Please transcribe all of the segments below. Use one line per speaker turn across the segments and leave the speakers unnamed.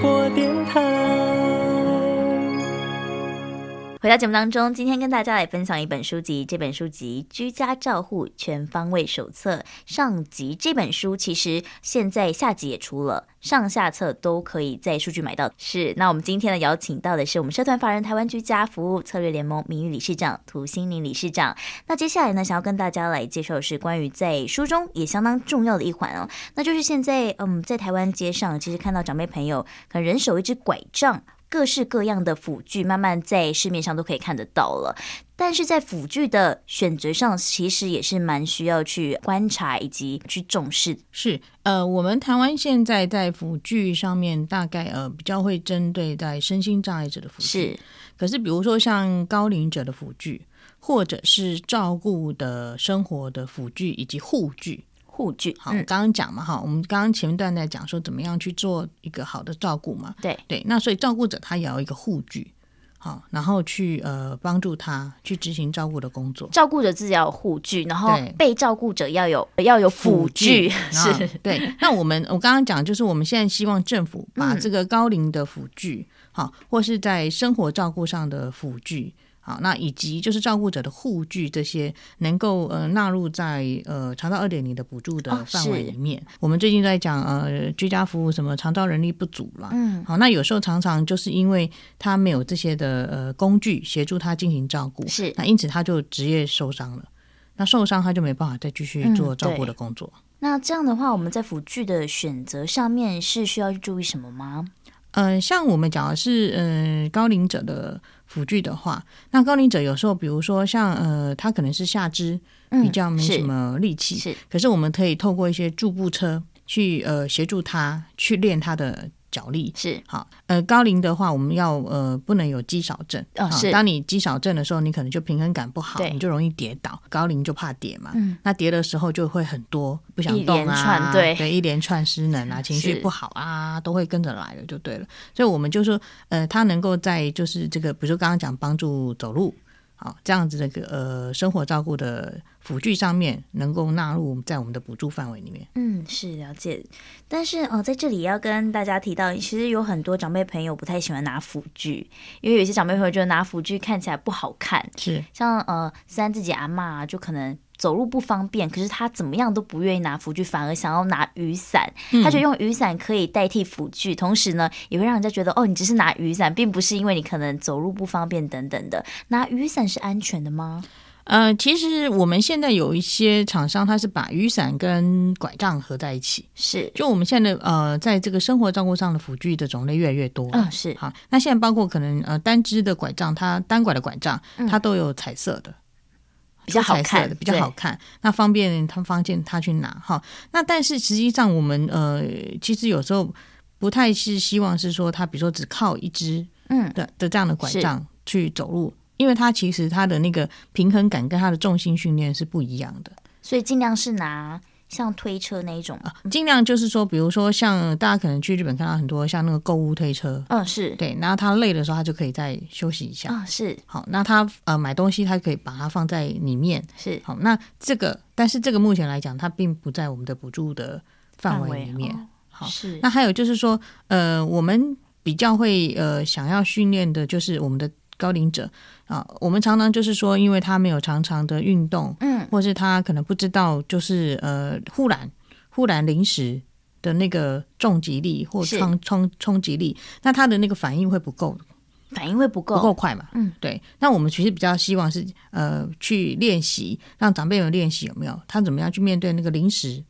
播电台。
回到节目当中，今天跟大家来分享一本书籍，这本书籍《居家照护全方位手册》上集。这本书其实现在下集也出了，上下册都可以在书局买到。是，那我们今天呢邀请到的是我们社团法人台湾居家服务策略联盟名誉理事长涂心玲理事长。那接下来呢，想要跟大家来介绍的是关于在书中也相当重要的一环哦，那就是现在嗯，在台湾街上其实看到长辈朋友可能人手一只拐杖。各式各样的辅具，慢慢在市面上都可以看得到了。但是在辅具的选择上，其实也是蛮需要去观察以及去重视。
是，呃，我们台湾现在在辅具上面，大概呃比较会针对在身心障碍者的辅具，
是，
可是比如说像高龄者的辅具，或者是照顾的生活的辅具以及护具，
护具，
好，
嗯
刚，刚讲嘛，哈，我们刚刚前段在讲说怎么样去做一个好的照顾嘛，
对，
对，那所以照顾者他也要一个护具，好，然后去呃帮助他去执行照顾的工作。
照顾者自己要有护具，然后
对
被照顾者要有要有辅具， 是
啊对。那我们我刚刚讲，就是我们现在希望政府把
嗯
这个高龄的辅具，好、或是在生活照顾上的辅具。好，那以及就是照顾者的护具这些，能够呃纳入在呃长照二点零的补助
哦
的范围
是
里面。我们最近在讲呃居家服务什么长照人力不足啦，
嗯，
好，那有时候常常就是因为他没有这些的呃工具协助他进行照顾，
是
那因此他就职业受伤了。那受伤他就没办法再继续
嗯
做照顾
对
的工作。
那这样的话，我们在辅具的选择上面是需要去注意什么吗？
呃，像我们讲的是呃高龄者的辅具的话，那高龄者有时候比如说像呃他可能是下肢
嗯
比较没
是
什么力气，
是
可是我们可以透过一些助步车去呃协助他去练他的脚力，
是，
好，呃，高龄的话，我们要呃不能有肌少症。
哦
啊
是
当你肌少症的时候，你可能就平衡感不好
对，
你就容易跌倒。高龄就怕跌嘛，
嗯，
那跌的时候就会很多不想
一
动啊，
连串对
一连串失能啊，情绪
是
不好啊，都会跟着来了，就对了。所以我们就说，呃，他能够在就是这个，比如说刚刚讲帮助走路。好，这样子的一个呃生活照顾的辅具上面，能够纳入在我们的补助范围里面。
嗯，是了解，但是哦，在这里要跟大家提到，其实有很多长辈朋友不太喜欢拿辅具，因为有些长辈朋友觉得拿辅具看起来不好看，
是，
像呃，三自己阿嬷啊，就可能走路不方便，可是她怎么样都不愿意拿辅具，反而想要拿雨伞，
嗯
她觉得用雨伞可以代替辅具，同时呢，也会让人家觉得哦，你只是拿雨伞，并不是因为你可能走路不方便等等的，拿雨伞是安全的吗？
呃，其实我们现在有一些厂商，它是把雨伞跟拐杖合在一起。
是，
就我们现在的呃，在这个生活照顾上的辅具的种类越来越多。
嗯，是，
好，那现在包括可能呃单支的拐杖，它单拐的拐杖，它都有彩色的。
嗯比较好
彩色
看
的，比较好看，那方便他方便他去拿哈。那但是实际上我们呃，其实有时候不太是希望是说他比如说只靠一只
嗯，
的的这样的拐杖去走路，因为它其实它的那个平衡感跟它的重心训练是不一样的
所以尽量是拿像推车那一种，
啊。尽量就是说，比如说像大家可能去日本看到很多像那个购物推车，
嗯，是，
对，然后他累的时候他就可以再休息一下。
啊、是
好，那他呃买东西，他可以把它放在里面。
是，
好，那这个但是这个目前来讲，它并不在我们的补助的范围哦里面。好
哦是
那还有就是说，呃，我们比较会呃想要训练的就是我们的高龄者啊，我们常常就是说，因为他没有常常的运动，
嗯，
或是他可能不知道，就是呃忽然忽然临时。的那个重击力或
是
冲冲冲击力，那他的那个反应会不够
反应会不够，
不够快嘛。
嗯，
对。那我们其实比较希望是呃去练习，让长辈们练习有没有？他怎么样去面对那个临时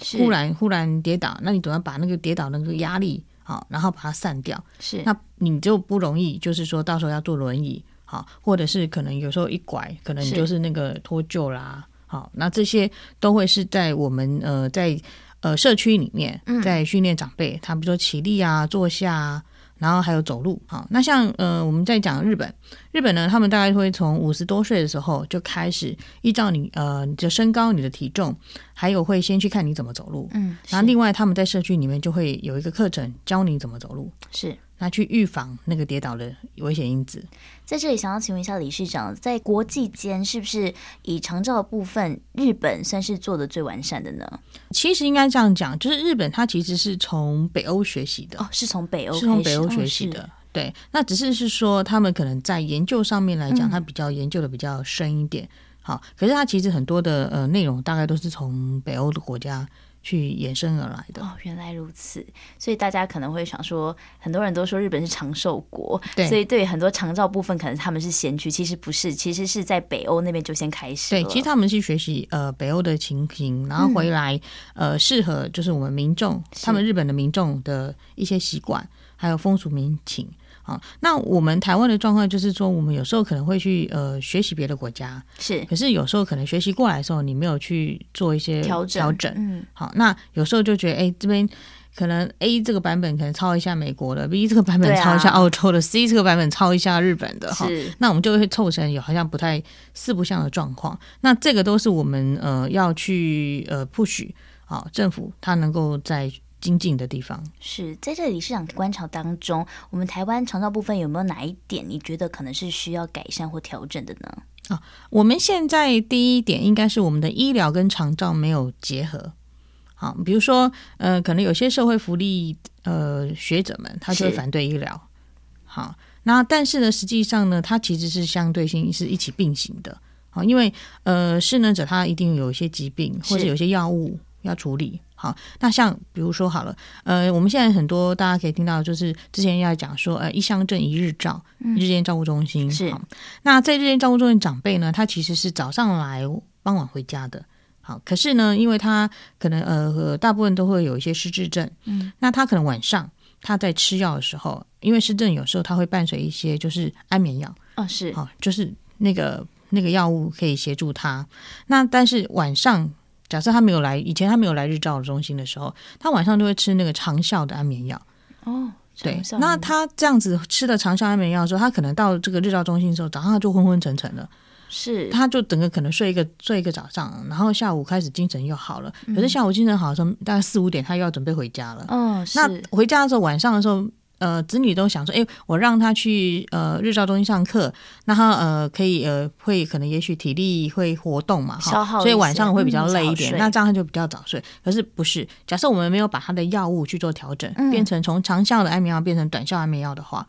是
忽然忽然跌倒？那你怎么样把那个跌倒的那个压力好，然后把它散掉？
是
那你就不容易，就是说到时候要坐轮椅好，或者是可能有时候一拐，可能你
是
就是那个脱臼啦。好，那这些都会是在我们呃在呃社区里面
嗯，
在训练长辈，他比如说起立啊、坐下啊，然后还有走路。好，那像呃我们在讲日本，日本呢，他们大概会从五十多岁的时候就开始依照你呃你的身高、你的体重，还有会先去看你怎么走路。
嗯，
然后另外他们在社区里面就会有一个课程教你怎么走路，
是是
那去预防那个跌倒的危险因子。
在这里想要请问一下理事长，在国际间是不是以长照的部分，日本算是做的最完善的呢？
其实应该这样讲，就是日本它其实是从北欧学习的，
哦，是从北欧
是从
开
北
始
欧
哦
学习
是
的。对，那只是是说他们可能在研究上面来讲，
嗯
他比较研究的比较深一点。好，可是它其实很多的呃内容大概都是从北欧的国家去衍生而来的。
哦，原来如此，所以大家可能会想说，很多人都说日本是长寿国，
对
所以对于很多长照部分，可能他们是先驱，其实不是，其实是在北欧那边就先开始
对，
了
其实他们是学习呃北欧的情形，然后回来、
嗯
呃适合就是我们民众，
是
他们日本的民众的一些习惯，还有风俗民情。好，那我们台湾的状况就是说，我们有时候可能会去呃学习别的国家，
是
可是有时候可能学习过来的时候，你没有去做一些
调整
呃调整。
嗯，
好，那有时候就觉得，哎、这边可能 A 这个版本可能抄一下美国的，B 这个版本
对啊
抄一下澳洲的、c 这个版本抄一下日本的，哈。
是
那我们就会凑成有好像不太四不像的状况。那这个都是我们呃要去呃 push 好、政府它能够在精进的地方。
是，在这里市场观察当中，我们台湾长照部分有没有哪一点你觉得可能是需要改善或调整的呢？
我们现在第一点应该是我们的医疗跟长照没有结合。好，比如说呃，可能有些社会福利呃学者们他就会
是
反对医疗。好，那但是呢，实际上呢，它其实是相对性是一起并行的。好，因为呃，失能者他一定有一些疾病
是
或者有一些药物要处理。好，那像比如说好了，呃，我们现在很多大家可以听到，就是之前要讲说，呃，一乡镇一日照，日间照顾中心
是
好那在日间照顾中心，长辈呢，他其实是早上来，傍晚回家的。好，可是呢，因为他可能呃，呃大部分都会有一些失智症，嗯，那他可能晚上他在吃药的时候，因为失智症有时候它会伴随一些就是安眠药，
哦，是
好、就是那个那个药物可以协助他。那但是晚上，假设他没有来，以前他没有来日照中心的时候，他晚上就会吃那个长效的安眠药。
哦，
对
长，效
那
嗯
他这样子吃的长效安眠药的时候，他可能到这个日照中心的时候，早上他就昏昏沉沉的，
是
他就整个可能睡一个睡一个早上，然后下午开始精神又好了。可是下午精神好的时候，大概四五点他又要准备回家了。
嗯是
那回家的时候，晚上的时候，呃，子女都想说，哎、我让他去呃日照中心上课，那他呃可以呃会可能也许体力会活动嘛，哈
消耗一些
所以晚上会比较累一
嗯
点，
早睡
那这样他就比较早睡。可是不是，假设我们没有把他的药物去做调整，
嗯
变成从长效的安眠药变成短效安眠药的话，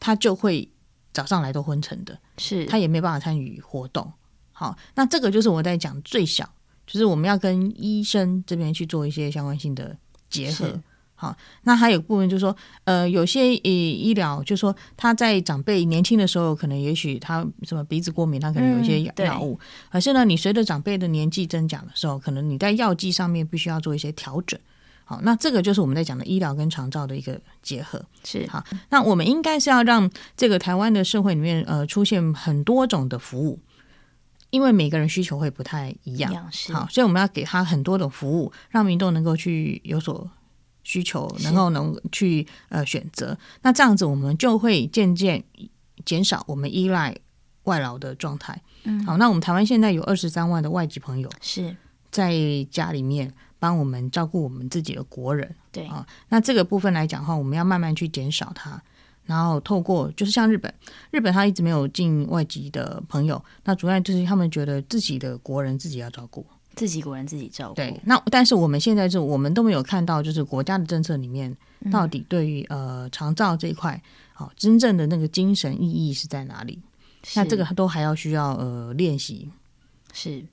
他就会早上来都昏沉的。
是
他也没办法参与活动。好，那这个就是我在讲最小，就是我们要跟医生这边去做一些相关性的结合
是。
好，那还有部分就是说，呃，有些呃医疗，就是说他在长辈年轻的时候，可能也许他什么鼻子过敏，他可能有一些
嗯
药
对
药物，可是呢，你随着长辈的年纪增长的时候，可能你在药剂上面必须要做一些调整。好，那这个就是我们在讲的医疗跟长照的一个结合。
是
好，那我们应该是要让这个台湾的社会里面，呃，出现很多种的服务，因为每个人需求会不太一样。
样式
好，所以我们要给他很多种服务，让民众能够去有所需求，
是
能够能去呃选择。那这样子，我们就会渐渐减少我们依赖外劳的状态。
嗯
好，那我们台湾现在有二十三万的外籍朋友
是
在家里面帮我们照顾我们自己的国人。
对
啊那这个部分来讲的话，我们要慢慢去减少它，然后透过就是像日本，日本它一直没有进外籍的朋友，那主要就是他们觉得自己的国人自己要照顾。
自己果然自己照顾
对，那但是我们现在是我们都没有看到，就是国家的政策里面
嗯
到底对于、呃长照这一块，好、真正的那个精神意义是在哪里？那
是
这个都还要需要呃练习。
是。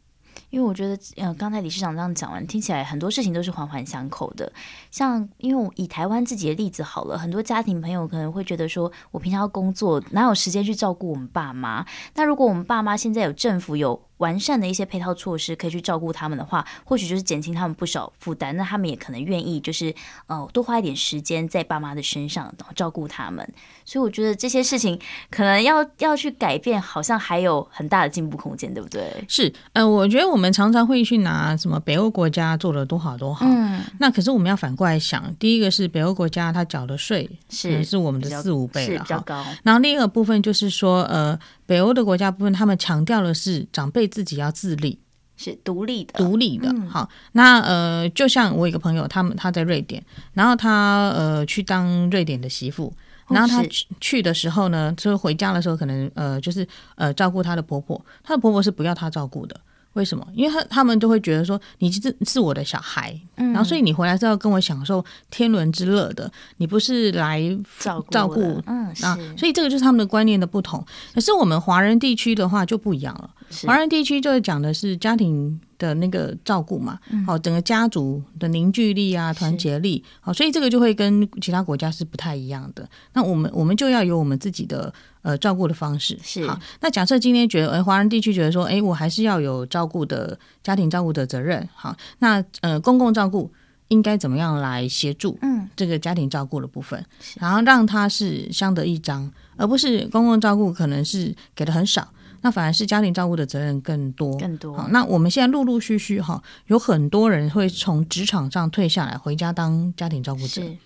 因为我觉得，呃，刚才理事长这样讲完，听起来很多事情都是环环相扣的。像，因为我以台湾自己的例子好了，很多家庭朋友可能会觉得说，我平常要工作，哪有时间去照顾我们爸妈？那如果我们爸妈现在有政府有完善的一些配套措施可以去照顾他们的话，或许就是减轻他们不少负担。那他们也可能愿意就是呃多花一点时间在爸妈的身上，然后照顾他们。所以我觉得这些事情可能要要去改变，好像还有很大的进步空间，对不对？
是，呃，我觉得我们常常会去拿什么北欧国家做的多好多好，
嗯，
那可是我们要反过来想，第一个是北欧国家它缴的税可
是
能是我们的
比较
四五倍
是
了
比较
哈。
高，
然后另一个部分就是说，呃，北欧的国家部分，他们强调的是长辈自己要自立、
是独立的，
独立的。
嗯
好，那呃，就像我有一个朋友，他们他在瑞典，然后他呃去当瑞典的媳妇，
哦
然后他
是
去去的时候呢，就是回家的时候，可能呃就是呃照顾她的婆婆，她的婆婆是不要她照顾的。为什么？因为他他们都会觉得说，你是是我的小孩，
嗯
然后所以你回来是要跟我享受天伦之乐的，你不是来
照顾
照
的
顾
嗯是，
啊，所以这个就是他们的观念的不同。可是我们华人地区的话就不一样了，
是
华人地区就是讲的是家庭的那个照顾嘛，
嗯
好、整个家族的凝聚力啊、
是
团结力，好、所以这个就会跟其他国家是不太一样的。那我们我们就要有我们自己的呃照顾的方式，
是
好。那假设今天觉得，哎，华人地区觉得说，哎，我还是要有照顾的家庭照顾的责任，好，那呃公共照顾应该怎么样来协助？
嗯
这个家庭照顾的部分，然后让它是相得益彰，而不是公共照顾可能是给的很少，那反而是家庭照顾的责任更多。
更多
好，那我们现在陆陆续续哈，有很多人会从职场上退下来，回家当家庭照顾者，
是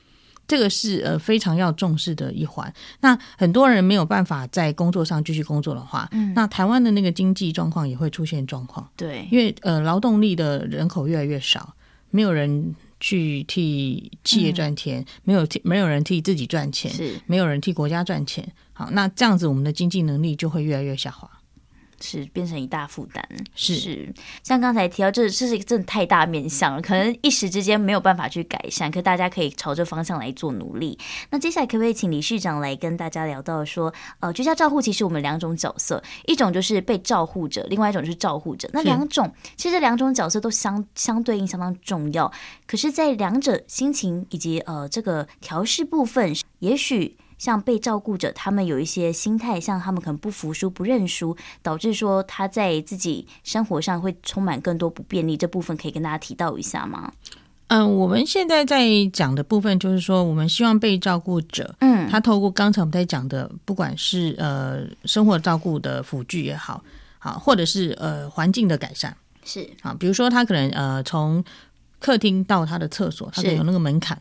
这个是呃非常要重视的一环。那很多人没有办法在工作上继续工作的话，
嗯
那台湾的那个经济状况也会出现状况。
对，
因为呃，劳动力的人口越来越少，没有人去替企业赚钱，没有替没有人替自己赚钱，
嗯是
没有人替国家赚钱。好，那这样子我们的经济能力就会越来越下滑。
是变成一大负担。
是
像刚才提到，这这是一个真的太大面向了，可能一时之间没有办法去改善，可大家可以朝这方向来做努力。那接下来可不可以请理事长来跟大家聊到说，呃，居家照护其实我们两种角色，一种就是被照护者，另外一种就是照护者。那
是
两种其实这两种角色都相相对应相当重要，可是，在两者心情以及呃这个调试部分，也许像被照顾者，他们有一些心态，像他们可能不服输、不认输，导致说他在自己生活上会充满更多不便利。这部分可以跟大家提到一下吗？
嗯、我们现在在讲的部分就是说，我们希望被照顾者。
嗯，
他透过刚才我们在讲的，不管是呃生活照顾的辅具也好，好或者是呃环境的改善，
是
啊，比如说他可能呃从客厅到他的厕所，他可能
是
有那个门槛，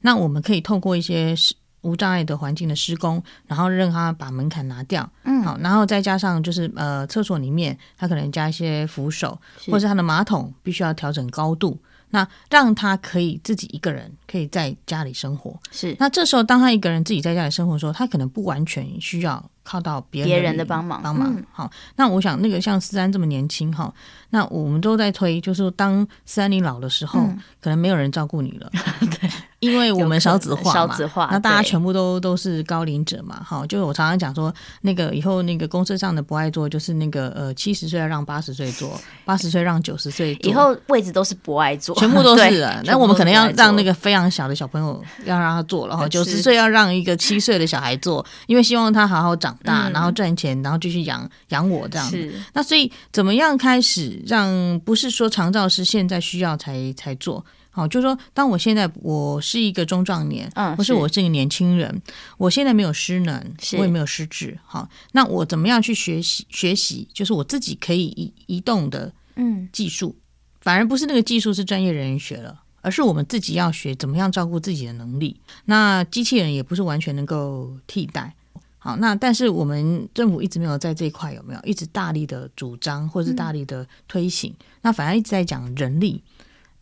那我们可以透过一些施无障碍的环境的施工，然后让他把门槛拿掉，
嗯
好，然后再加上就是呃厕所里面他可能加一些扶手，
是
或者是他的马桶必须要调整高度。那让他可以自己一个人可以在家里生活。
是
那这时候，当他一个人自己在家里生活的时候，他可能不完全需要靠到别人
别人的帮忙
帮忙
嗯，
好，那我想那个像思安这么年轻哈，那我们都在推，就是说当思安你老的时候，
嗯
可能没有人照顾你 了，对，因为我们少子
有
化
可
嘛，
能少子化
那大家
对
全部都都是高龄者嘛，哈，就是我常常讲说，那个以后那个公司上的不爱做，就是那个呃七十岁要让八十岁做，八十岁让九十岁做，
以后位置都是不爱坐，
全部都是
对
啊。
全
那
部
我们可能要
都是不爱坐
让那个非常小的小朋友要让他做了哈，
是
九十岁要让一个七岁的小孩做，因为希望他好好长大，
嗯
然后赚钱，然后继续养养我这样子。
是
那所以怎么样开始让不是说长照是现在需要才才做？好，就是说，当我现在我是一个中壮年，
嗯
或是
是
我是一个年轻人，我现在没有失能，
是
我也没有失智，好，那我怎么样去学习？学习就是我自己可以移移动的
嗯
技术，反而不是那个技术是专业人员学了，而是我们自己要学怎么样照顾自己的能力。那机器人也不是完全能够替代。好，那但是我们政府一直没有在这一块有没有一直大力的主张或是大力的推行？那反而一直在讲人力，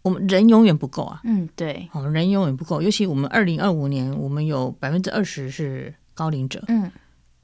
我们人永远不够啊，
嗯对
好人永远不够，尤其我们二零二五年我们有百分之二十是高龄者，
嗯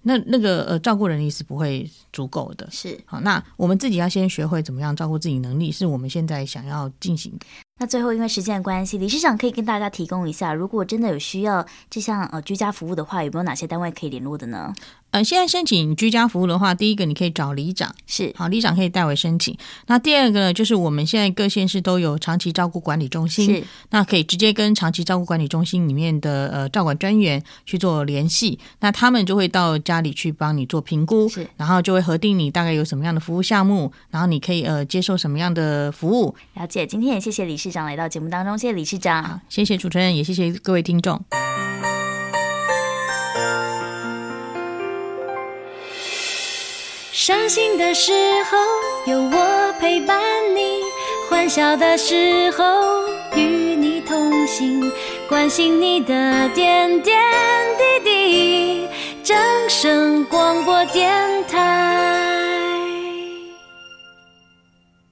那那个呃照顾人力是不会足够的。
是。
好，那我们自己要先学会怎么样照顾自己能力，是我们现在想要进行的。
那最后因为时间的关系，理事长可以跟大家提供一下，如果真的有需要这项呃居家服务的话，有没有哪些单位可以联络的呢？
呃，现在申请居家服务的话，第一个你可以找里长，
是
好，里长可以代为申请。那第二个呢，就是我们现在各县市都有长期照顾管理中心，
是，
那可以直接跟长期照顾管理中心里面的呃照管专员去做联系，那他们就会到家里去帮你做评估
是，
然后就会核定你大概有什么样的服务项目，然后你可以呃接受什么样的服务。
了解。今天也谢谢理事长来到节目当中，谢谢理事长。
好，谢谢主持人，也谢谢各位听众。
伤心的时候有我陪伴你，欢笑的时候与你同行，关心你的点点滴滴。掌声广播电台。